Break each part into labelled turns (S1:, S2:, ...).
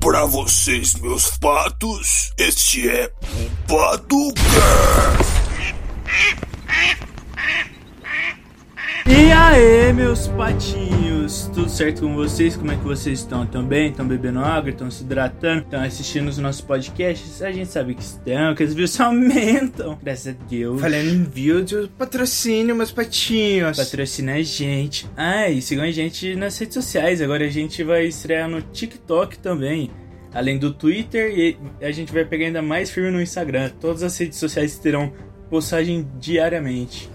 S1: Pra vocês, meus patos, este é o Paducast.
S2: E aí, meus patinhos, tudo certo com vocês? Como é que vocês estão? Tão bem? Estão bebendo água? Estão se hidratando? Estão assistindo os nossos podcasts? A gente sabe que estão, que as views aumentam. Graças a Deus.
S3: Falando em vídeo, "Hum, patrocínio, meus patinhos.
S2: Patrocina a gente. Ah, e sigam a gente nas redes sociais. Agora a gente vai estrear no TikTok também. Além do Twitter, e a gente vai pegar ainda mais firme no Instagram. Todas as redes sociais terão postagem diariamente.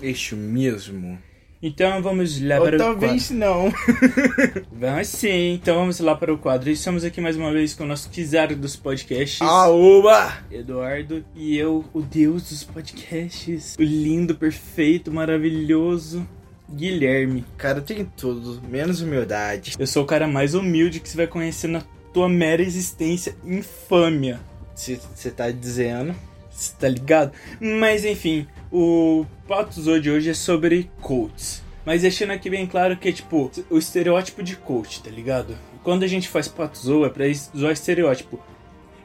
S3: Isso mesmo.
S2: Então vamos lá
S3: Ou
S2: para
S3: talvez não.
S2: o quadro. Vamos sim, então vamos lá para o quadro. E estamos aqui mais uma vez com o nosso Kizaru dos podcasts.
S4: Ah,
S3: Aoba!
S2: Eduardo e eu, o deus dos podcasts. O lindo, perfeito, maravilhoso Guilherme.
S3: Cara, tem tudo, menos humildade.
S2: Eu sou o cara mais humilde que você vai conhecer na tua mera existência infâmia.
S3: Você tá dizendo.
S2: Você tá ligado? Mas enfim, o Pato Zoo de hoje é sobre coaches. Mas deixando aqui bem claro que é tipo o estereótipo de coach, tá ligado? Quando a gente faz Pato Zoo é pra zoar estereótipo.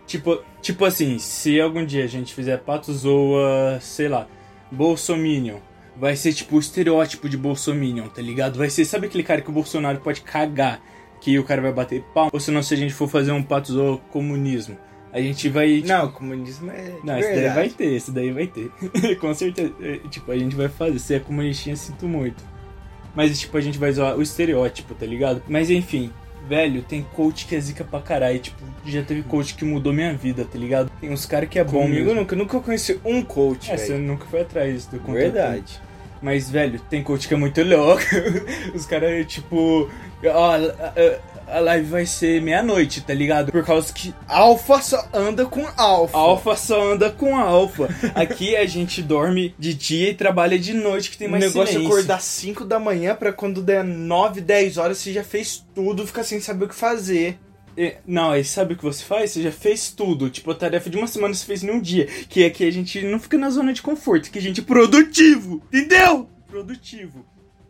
S2: Tipo, tipo assim, se algum dia a gente fizer Pato Zoa, sei lá, Bolsominion, vai ser tipo o estereótipo de Bolsominion, tá ligado? Vai ser, sabe aquele cara que o Bolsonaro pode cagar, que o cara vai bater pau? Ou senão se a gente for fazer um Pato Zoa comunismo, a gente vai. tipo,
S3: Não, comunismo é. de
S2: não, esse daí
S3: verdade.
S2: vai ter, esse daí vai ter. Com certeza. é, Tipo, a gente vai fazer. Se é comunistinha, sinto muito. Mas, tipo, a gente vai zoar o estereótipo, tá ligado? Mas, enfim. Velho, tem coach que é zica pra caralho. Tipo, já teve coach que mudou minha vida, tá ligado? Tem uns caras que é bom
S3: Comigo
S2: mesmo.
S3: nunca, nunca conheci um coach,
S2: É, você
S3: velho.
S2: nunca foi atrás do conteúdo.
S3: Verdade.
S2: Mas, velho, tem coach que é muito louco. Os caras, tipo... Ó, a, a- a live vai ser meia-noite, tá ligado? Por causa que
S3: Alfa só anda com alfa.
S2: Alfa só anda com alfa. Aqui a gente dorme de dia e trabalha de noite, que tem
S3: O
S2: mais
S3: negócio é
S2: silêncio.
S3: acordar 5 da manhã pra quando der 9, 10 horas você já fez tudo, fica sem saber o que fazer.
S2: É, Não, aí sabe o que você faz? Você já fez tudo. Tipo, a tarefa de uma semana você fez em um dia. Que aqui a gente não fica na zona de conforto, que a gente é produtivo, entendeu? Produtivo.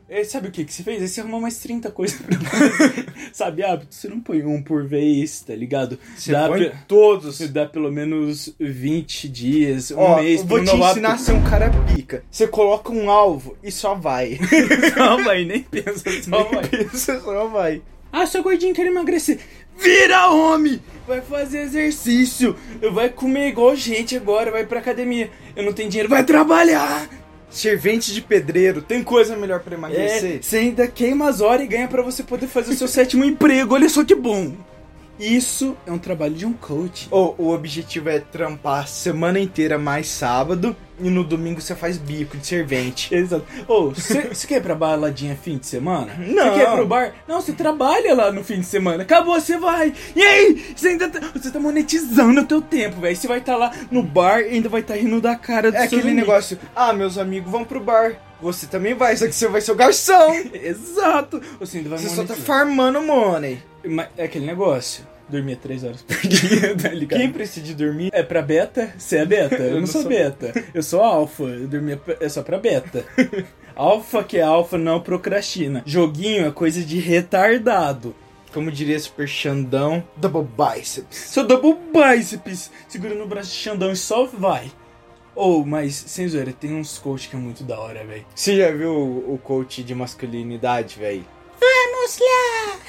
S2: É, sabe o que que você fez? Aí você arrumou mais 30 coisas pra fazer. sabe, hábito? Você não põe um por vez, tá ligado?
S3: Você
S2: Dá
S3: põe
S2: pra-
S3: todos.
S2: Você dá pelo menos 20 dias, um
S3: Ó,
S2: mês,
S3: eu vou
S2: pra um
S3: te
S2: novato.
S3: ensinar a ser um cara pica. Você coloca um alvo e só vai.
S2: Calma aí, nem pensa, só vai.
S3: Você só vai.
S2: Ah, seu gordinho quer emagrecer. Vira homem! Vai fazer exercício. Vai comer igual gente agora. Vai pra academia. Eu não tenho dinheiro. Vai trabalhar!
S3: Servente de pedreiro, tem coisa melhor pra
S2: É,
S3: emagrecer?
S2: você ainda queima as horas e ganha pra você poder fazer o seu sétimo emprego. Olha só que bom. Isso é um trabalho de um coach.
S3: Ou o objetivo é trampar a semana inteira mais sábado e no domingo você faz bico de servente.
S2: Exato. Ô, você você quer ir pra baladinha fim de semana?
S3: Não.
S2: Você quer ir pro bar? Não, você trabalha lá no fim de semana. Acabou, você vai. E aí? Você ainda tá, você tá monetizando o teu tempo, velho. Você vai estar lá no bar e ainda vai estar rindo da cara do
S3: É aquele negócio, ah, meus amigos vão pro bar. Você também vai, só que você vai ser o garçom.
S2: Exato. Você ainda vai
S3: Você só tá
S2: monetizar.
S3: farmando money.
S2: Mas É aquele negócio. Dormir três horas por dia, tá ligado?
S3: Quem precisa de dormir?
S2: É pra beta? Você é beta? Eu, não, sou, beta. Eu sou alfa. Eu dormia pra- é só pra beta. alfa que é alfa não procrastina. Joguinho é coisa de retardado.
S3: Como diria Super Xandão, double biceps.
S2: Seu double biceps segura no braço de Xandão e só vai. Ou, mas, sem zoeira, tem uns coach que é muito da hora, velho.
S3: Você já viu o, o coach de masculinidade, véi? É
S2: Vamos lá!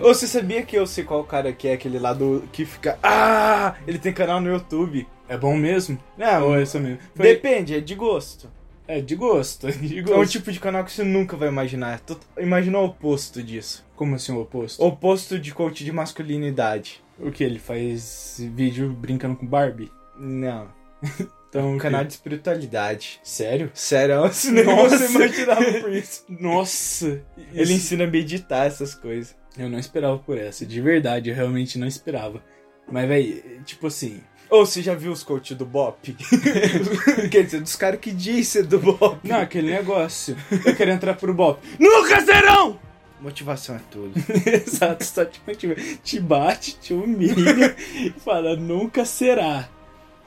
S3: Ou você sabia que eu sei qual cara que é aquele lá do que fica. Ah! Ele tem canal no YouTube.
S2: É bom mesmo?
S3: Não,
S2: Ou é isso mesmo? Foi-
S3: depende, é de gosto.
S2: É, de gosto, de
S3: É um
S2: gosto.
S3: tipo de canal que você nunca vai imaginar. Tu- Imagina o oposto disso.
S2: Como assim o oposto?
S3: Oposto de coach de masculinidade.
S2: O que, ele faz vídeo brincando com Barbie?
S3: Não.
S2: Então,
S3: Um
S2: o quê?
S3: canal de espiritualidade.
S2: Sério?
S3: Sério, antes nem
S2: Nossa.
S3: você imaginava por isso.
S2: Nossa!
S3: Ele
S2: Ele...
S3: ensina a meditar essas coisas.
S2: Eu não esperava por essa, de verdade, eu realmente não esperava. Mas, velho, tipo assim...
S3: Ou você já viu os coaches do Bop? Quer dizer, dos caras que dizem do Bop.
S2: Não, é aquele negócio. Eu quero entrar pro Bop. Nunca serão!
S3: Motivação é tudo.
S2: Exato, só te motiva. Te bate, te humilha e fala, nunca será.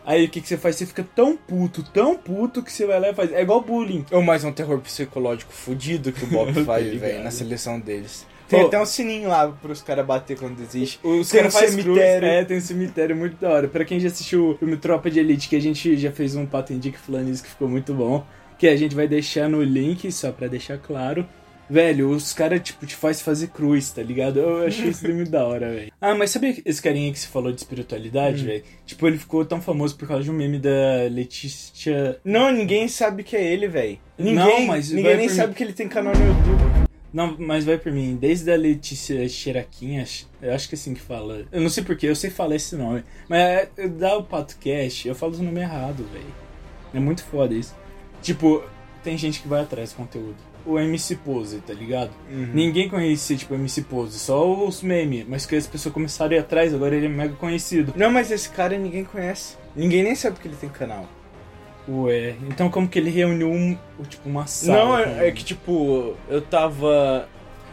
S2: Aí o que, que você faz? Você fica tão puto, tão puto que você vai lá e faz. É igual bullying.
S3: Ou mais um terror psicológico fudido que o Bob
S2: Eu tô
S3: faz,
S2: ligado.
S3: velho, na seleção deles. Tem
S2: Ô.
S3: até um sininho lá pros caras bater quando desiste.
S2: Os
S3: Tem
S2: caras
S3: um
S2: faz cemitério.
S3: cemitério.
S2: é, tem um cemitério muito da hora. Pra quem já assistiu o filme Tropa de Elite, que a gente já fez um Pato Indique falando isso que ficou muito bom. Que a gente vai deixar no link, só pra deixar claro. Velho, os caras, tipo, te faz fazer cruz, tá ligado? Eu achei isso muito da hora, velho. Ah, mas sabe esse carinha que se falou de espiritualidade,
S3: Hum.
S2: velho? Tipo, ele ficou tão famoso por causa de um meme da Letícia...
S3: Não, ninguém sabe que é ele, velho. Ninguém,
S2: Não, mas
S3: ninguém
S2: vai
S3: nem
S2: por
S3: sabe que ele tem canal no YouTube.
S2: Não, mas vai por mim. Desde a Letícia Xeraquinha, eu acho que é assim que fala. Eu não sei porquê, eu sei falar esse nome. Mas é, dá o podcast, eu falo os nomes errado, velho. É muito foda isso. Tipo, tem gente que vai atrás do conteúdo. O MC Pose, tá ligado? Ninguém conhecia, tipo, MC Pose, só os memes. Mas que as pessoas começaram a ir atrás, agora ele é mega conhecido.
S3: Não, mas esse cara ninguém conhece. Ninguém nem sabe que ele tem canal.
S2: Ué, então como que ele reuniu um, tipo, uma sala?
S3: não,
S2: com-
S3: é, é que tipo, eu tava.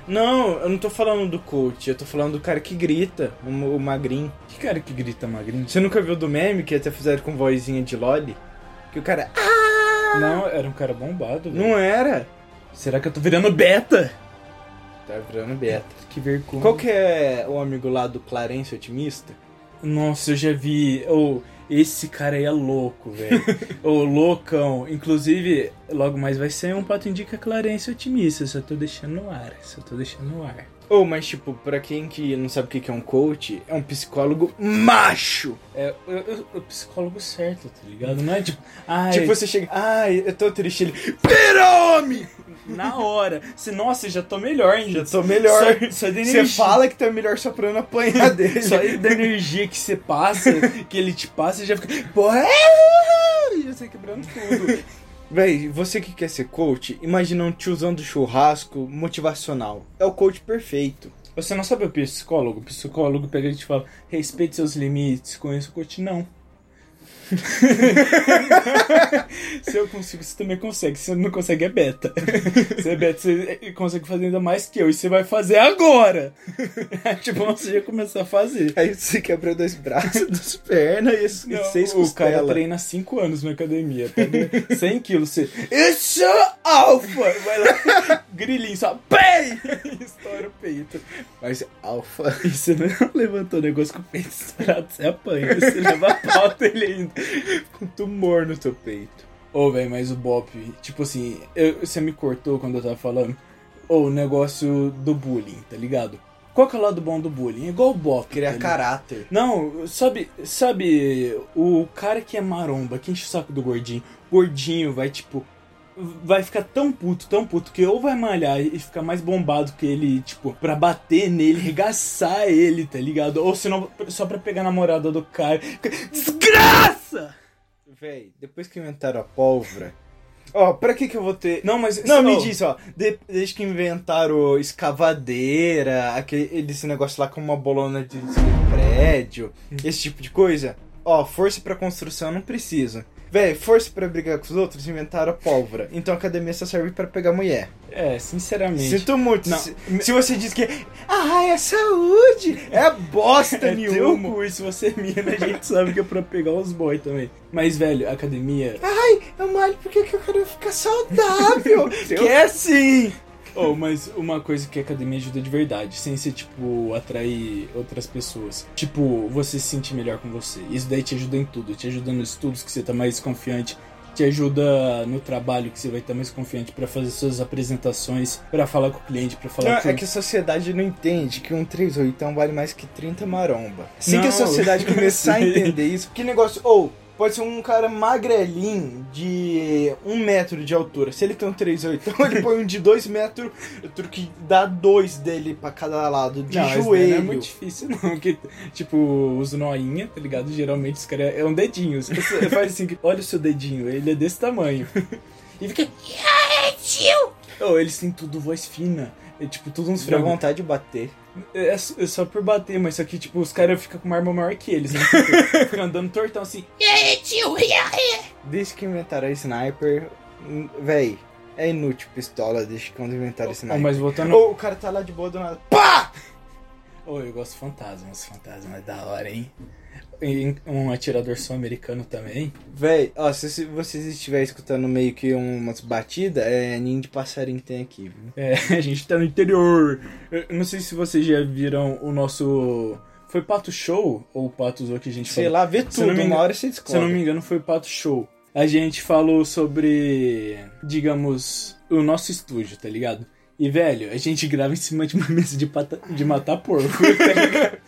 S3: Não, eu não tô falando do coach, eu tô falando do cara que grita, o, o magrinho.
S2: Que cara que grita magrinho?
S3: Você nunca viu do meme que até fizeram com vozinha de Loli? Que o cara. "Ah!"
S2: Não, era um cara bombado, velho.
S3: Não era!
S2: Será que eu tô virando beta?
S3: Tá virando beta.
S2: Que vergonha.
S3: Qual que é o amigo lá do Clarence Otimista?
S2: Nossa, eu já vi. Ô, esse cara aí é louco, velho. Ô, loucão. Inclusive, logo mais vai sair um Pato Indica Clarence Otimista. Só tô deixando no ar. Só tô deixando no ar.
S3: Ou, mas tipo, pra quem que não sabe o que que é um coach, é um psicólogo macho!
S2: É, eu, eu- eu psicólogo certo, tá ligado? Não é tipo. Ai,
S3: Tipo, você chega, ai, eu tô triste, ele. Vira homem!
S2: na hora. Se, nossa, já tô melhor ainda.
S3: Já tô melhor.
S2: Só, só de
S3: Você
S2: energia.
S3: fala que tá melhor só pra não apanhar dele.
S2: Só da energia que você passa, que ele te passa, você já fica. Porra! é. E você quebrando tudo.
S3: Véi, você que quer ser coach, imagina um tiozão do churrasco motivacional. É o coach perfeito.
S2: Você não sabe o psicólogo? O psicólogo pega e te fala, respeite seus limites, conheça o coach. Não. Se eu consigo, você também consegue. Se você não consegue, é beta. Você é beta, você consegue fazer ainda mais que eu. E você vai fazer agora. tipo, você já começou a fazer.
S3: Aí você quebra dois braços, duas pernas e as- e
S2: Não,
S3: seis
S2: o cara
S3: costelas.
S2: treina há 5 anos na academia, tá? 100 quilos. Você, eu sou
S3: é
S2: alfa! Vai lá, grilinho, só, pei! Estoura o peito.
S3: Mas é alfa.
S2: E você não levantou o negócio com o peito estourado, você apanha, você leva a pauta ele ainda.
S3: Com tumor no teu peito.
S2: Ô, velho, mas o Bop, tipo assim, eu- você me cortou quando eu tava falando. Ô, o negócio do bullying, tá ligado? Qual que é o lado bom do bullying? É igual o Bop. tá
S3: Criar
S2: ligado?
S3: caráter.
S2: Não, sabe, sabe, o cara que é maromba, que enche o saco do gordinho, gordinho vai, tipo, vai ficar tão puto, tão puto, que ou vai malhar e ficar mais bombado que ele, tipo, pra bater nele, regaçar ele, tá ligado? Ou senão, só pra pegar a namorada do cara. Desgraça!
S3: Véi, depois que inventaram a pólvora. Ó, pra que que eu vou ter.
S2: Não, mas...
S3: Não, me
S2: oh,
S3: diz, ó. de- desde que inventaram escavadeira, aquele esse negócio lá com uma bolona de de prédio,
S2: Uhum.
S3: esse tipo de coisa. Ó, força pra construção não precisa. Véi, força pra brigar com os outros, inventaram a pólvora. Então a academia só serve pra pegar mulher.
S2: É, sinceramente...
S3: Sinto muito.
S2: Não.
S3: Se, se você diz que é. Ah, é saúde! É bosta
S2: É teu
S3: nenhuma!
S2: cu, e se você é mina, a gente sabe que é pra pegar os boy também. Mas, velho, academia...
S3: Eu malho porque que eu quero ficar saudável! que
S2: Teu
S3: é sim!
S2: Oh, mas uma coisa que a academia ajuda de verdade, sem ser, tipo, atrair outras pessoas. Tipo, você se sentir melhor com você. Isso daí te ajuda em tudo. Te ajuda nos estudos que você tá mais confiante. Te ajuda no trabalho que você vai estar mais confiante pra fazer suas apresentações, pra falar com o cliente, pra falar
S3: Não,
S2: com
S3: é que a sociedade não entende que um 38 vale mais que 30 maromba. Assim que a
S2: Não,
S3: sociedade começar a
S2: sim.
S3: entender isso, que negócio. Ou, pode ser um cara magrelinho de um metro de altura. Se ele tem um 38, ele põe um de 2 metros, outro que dá dois dele pra cada lado, de
S2: Não, isso daí
S3: joelho.
S2: não é muito difícil, não. Que, tipo, os noinha, tá ligado? Geralmente os caras. É um dedinho. Você faz assim, que, olha o seu dedinho, ele é desse tamanho. E fica. Oh, eles têm tudo voz fina. É tipo, tudo uns
S3: Dá
S2: frangos.
S3: vontade de bater.
S2: É, é só- é só por bater, mas só que, tipo, os caras ficam com uma arma maior que eles, né? Fica- Fica andando tortão assim.
S3: Desde que inventaram a sniper. hum, Véi, é inútil pistola desde quando inventaram a
S2: Oh,
S3: sniper.
S2: mas voltando.
S3: Ou o cara tá lá de boa do nada. Pá!
S2: Oh, eu gosto de fantasmas. Fantasma é da hora, hein? E um atirador sul-americano também.
S3: Véi, ó, se, se vocês estiverem escutando meio que umas batidas, é ninho de passarinho que tem aqui, viu?
S2: É, a gente tá no interior. Eu não sei se vocês já viram o nosso. Foi Pato Show ou Pato Zoo que a gente
S3: Sei
S2: falou?
S3: lá, vê
S2: Se eu não me
S3: tudo, uma
S2: engano-
S3: hora você
S2: Se eu não
S3: descobre.
S2: me engano, foi Pato Show. A gente falou sobre, digamos, o nosso estúdio, tá ligado? E, velho, a gente grava em cima de uma mesa de, pata- de matar porco, tá ligado?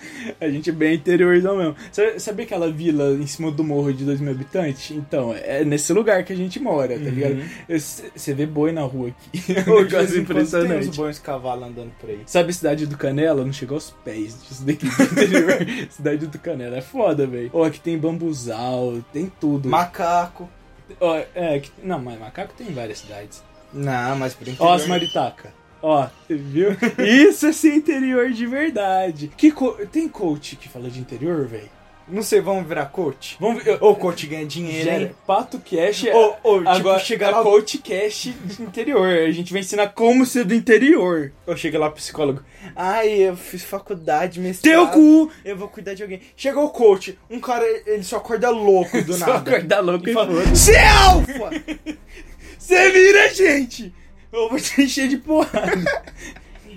S2: A gente é bem interiorzão mesmo. Sabe, sabe aquela vila em cima do morro de 2 mil habitantes? Então, é nesse lugar que a gente mora, tá ligado? Você vê boi na rua aqui. É um
S3: Ô,
S2: negócio
S3: de vez em quando Tem
S2: impressionante.
S3: uns bons cavalos andando por aí.
S2: Sabe a cidade do Canela? Não chegou aos pés disso daqui do interior. cidade do Canela é foda, velho. Ó, aqui tem bambuzal, tem tudo.
S3: Macaco.
S2: Ó, é, que- não, mas macaco tem em várias cidades.
S3: Não, mas por interior...
S2: Ó, as maritaca. Ó, viu? Isso é ser interior de verdade. Que co- Tem coach que fala de interior, velho?
S3: Não sei, vamos virar coach?
S2: Vamos ver.
S3: Ou coach ganha dinheiro,
S2: Gente,
S3: hein?
S2: Pato Cash é.
S3: Ou, ou tipo,
S2: agora
S3: chega
S2: é
S3: lá...
S2: coach cash de interior. A gente vai ensinar como ser do interior.
S3: Ou chega lá pro psicólogo. Ai, eu fiz faculdade,
S2: Teu
S3: mestrado...
S2: cu!
S3: Eu vou cuidar de alguém. Chega o coach, um cara, ele só acorda louco do
S2: Só
S3: nada.
S2: acordar louco e,
S3: E
S2: fala,
S3: fala,
S2: Você é alfa!
S3: Ufa,
S2: Você vira gente! Eu vou te encher de porrada.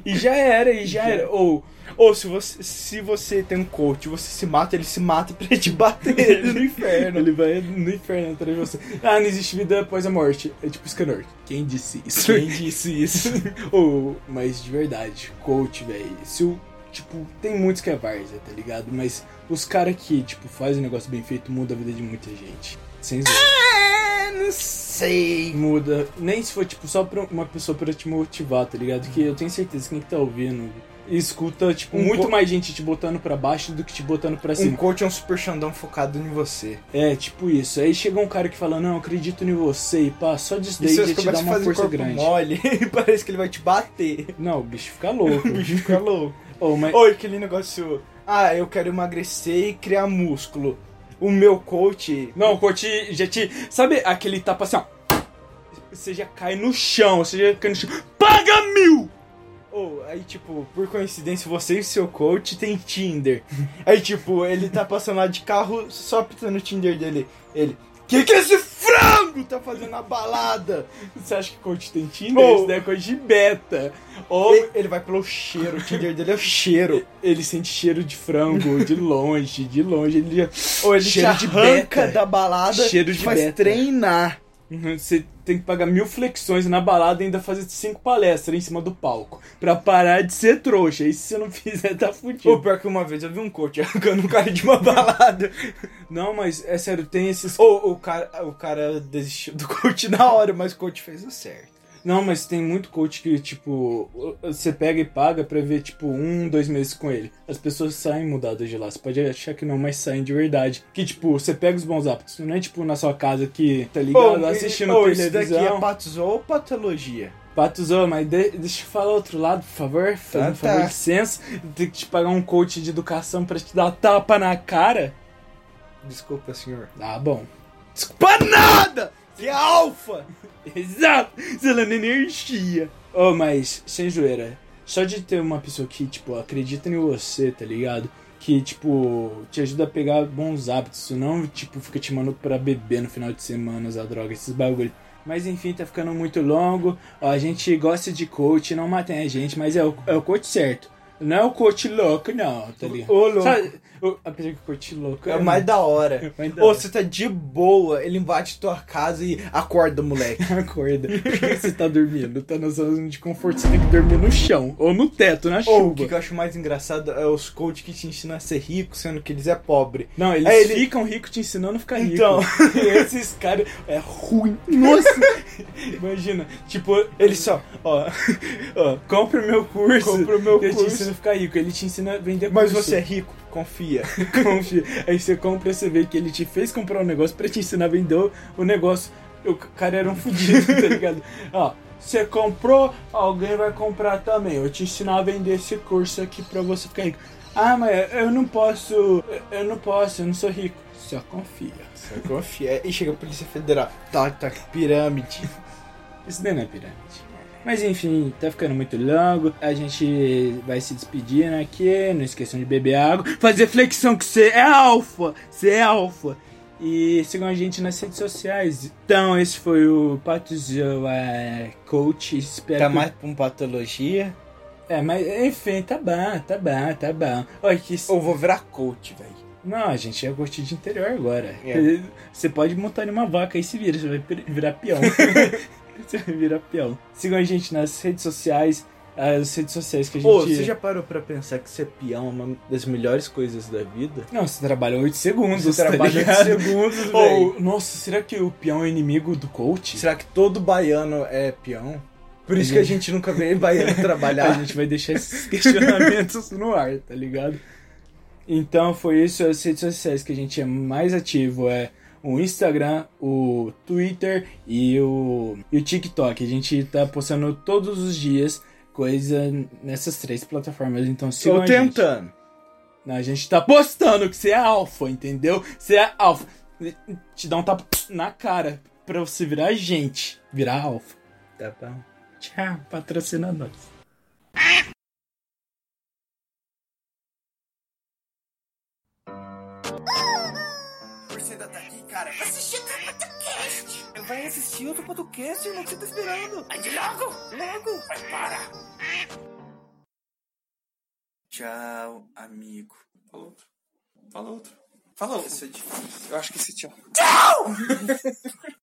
S2: e já era, e já era. Ou.
S3: Ou se você, se você tem um coach, você se mata, ele se mata pra te bater no inferno.
S2: Ele vai no inferno atrás de você. Ah, não existe vida após a morte. É tipo Scanner. Quem disse isso?
S3: Quem disse isso?
S2: Ou, mas de verdade, coach, velho. Se o. Tipo, tem muitos que é Varza, tá ligado? Mas os caras que, tipo, fazem um negócio bem feito muda a vida de muita gente. Sem zoeira.
S3: É, não sei.
S2: muda. Nem se for, tipo, só pra uma pessoa pra te motivar, tá ligado? Que eu tenho certeza que quem tá ouvindo escuta, tipo,
S3: Um
S2: muito
S3: co-
S2: mais gente te botando pra baixo do que te botando pra
S3: Um
S2: cima.
S3: coach é um super xandão focado em você.
S2: É, tipo isso. Aí chega um cara que fala, não, eu acredito em você e pá, só disso
S3: E
S2: daí
S3: se
S2: já
S3: você
S2: te dá
S3: começa a
S2: uma
S3: fazer
S2: força
S3: corpo
S2: grande.
S3: mole, parece que ele vai te bater.
S2: Não, o bicho fica louco.
S3: O bicho fica louco.
S2: oh, mas...
S3: Ou aquele negócio, ah, eu quero emagrecer e criar músculo. O meu coach...
S2: Não, o coach já te... Sabe aquele tapa assim, ó? Você já cai no chão, você já cai no chão. Paga mil!
S3: Ou, aí, tipo, por coincidência, você e seu coach tem Tinder. Aí, tipo, ele tá passando lá de carro, só pitando o Tinder dele. Ele, que que esse frango tá fazendo na balada?
S2: Você acha que coach tem Tinder?
S3: Oh.
S2: Isso daí é coisa de beta. Ou...
S3: Ele, ele vai pelo cheiro, o Tinder dele é o cheiro.
S2: Ele sente cheiro de frango de longe, de longe. Ele já.
S3: Ou ele
S2: Cheiro
S3: te
S2: de
S3: arranca
S2: beta.
S3: da balada,
S2: Cheiro
S3: te
S2: de
S3: faz
S2: beta.
S3: treinar.
S2: Uhum. Você tem que pagar mil flexões na balada e ainda fazer cinco palestras em cima do palco. Pra parar de ser trouxa. E se você não fizer, tá fudido.
S3: Ou pior que uma vez eu vi um coach arrancando um cara de uma balada.
S2: Não, mas é sério, tem esses.
S3: Ou o cara, o cara desistiu do coach na hora, mas o coach fez o certo.
S2: Não, mas tem muito coach que, tipo, você pega e paga pra ver, tipo, um, dois meses com ele. As pessoas saem mudadas de lá. Você pode achar que não, mas saem de verdade. Que, tipo, você pega os bons hábitos. Não é, tipo, na sua casa que tá ligado,
S3: Ou,
S2: assistindo
S3: ou isso
S2: televisão.
S3: daqui é patozou ou patologia?
S2: Patuzão, mas de- deixa eu falar outro lado, por favor. Faz
S3: Tá,
S2: um favor
S3: tá.
S2: de senso. Tem que te pagar um coach de educação pra te dar tapa na cara.
S3: Desculpa, senhor.
S2: Tá bom.
S3: Desculpa nada! Você é alfa!
S2: Exato! Zelando energia. Oh, mas, sem zoeira. Só de ter uma pessoa que, tipo, acredita em você, tá ligado? Que, tipo, te ajuda a pegar bons hábitos. Não, tipo, fica te mandando pra beber no final de semana, usar droga, esses bagulho. Mas enfim, tá ficando muito longo. Ó, a gente gosta de coach, não matem a gente, mas é o, é o coach certo. Não é o coach louco, não, tá ligado?
S3: Ô, louco.
S2: Sabe, o- apesar que o coach louco
S3: É mais da hora.
S2: mais da
S3: Ou
S2: hora.
S3: você tá de boa, ele invade tua casa e acorda, moleque.
S2: Acorda. Por que você tá dormindo? Tá na zona de conforto, você tem que dormir no chão. Ou no teto, na
S3: Ou o
S2: chuva.
S3: que que eu acho mais engraçado é os coaches que te ensinam a ser rico, sendo que eles é pobre.
S2: Não, eles
S3: É, ele-
S2: ficam ricos te ensinando a ficar rico.
S3: Então.
S2: esses caras é ruim. Nossa! Imagina, tipo,
S3: Ele só, ó,
S2: ó, compra o meu curso.
S3: Compra o meu
S2: eu te
S3: curso.
S2: ensino a ficar rico. Ele te ensina a vender
S3: mas
S2: curso.
S3: você é rico, confia.
S2: Confia. Aí você compra, você vê que ele te fez comprar um negócio pra te ensinar a vender o- o negócio. O c- cara era um fudido, tá ligado? Ó, você comprou, alguém vai comprar também. Eu te ensinar a vender esse curso aqui pra você ficar rico. Ah, mas eu não posso, eu- eu não posso, eu não sou rico. Só confia.
S3: Você confia. E chega a Polícia Federal, tá, tá, pirâmide.
S2: Isso daí não é pirâmide. Mas enfim, tá ficando muito longo. A gente vai se despedindo aqui. Não esqueçam de beber água. Fazer flexão que você é alfa. Você é alfa. E sigam a gente nas redes sociais. Então, esse foi o Patos é, Coach. Espero
S3: Tá
S2: que-
S3: mais pra um patologia.
S2: É, mas enfim, tá bom, tá bom, tá bom. Olha que...
S3: Ou vou virar coach, velho.
S2: Não, gente, é curtir de interior agora.
S3: É.
S2: Você pode montar em uma vaca e se vira, você vai pir- virar peão. você vai virar peão. Sigam a gente nas redes sociais, as redes sociais que a gente...
S3: Pô, você já parou pra pensar que ser peão é uma das melhores coisas da vida?
S2: Não, você trabalha 8 segundos,
S3: Você
S2: tá
S3: trabalha
S2: ligado?
S3: oito segundos, velho.
S2: Ou, nossa, será que o peão é inimigo do coach?
S3: Será que todo baiano é peão? Por isso que a gente nunca vê baiano
S2: A
S3: trabalhar.
S2: gente vai deixar esses questionamentos no ar, tá ligado? Então foi isso, as redes sociais que a gente é mais ativo é o Instagram, o Twitter e o, e o TikTok. A gente tá postando todos os dias coisa nessas três plataformas, então sigam
S3: Tô
S2: a gente.
S3: tentando.
S2: Não, A gente tá postando que você é alfa, entendeu? Você é alfa. Te dá um tapa na cara pra você virar gente, virar alfa.
S3: Tá bom.
S2: Tchau, patrocina nós.
S4: Você ainda tá aqui, cara? Vai assistir outro podcast! Vai assistir outro podcast, irmão, o que você tá esperando? Vai de logo! Logo! Vai, para! Tchau, amigo. Fala outro. Fala outro. Fala outro. Eu acho que esse tchau.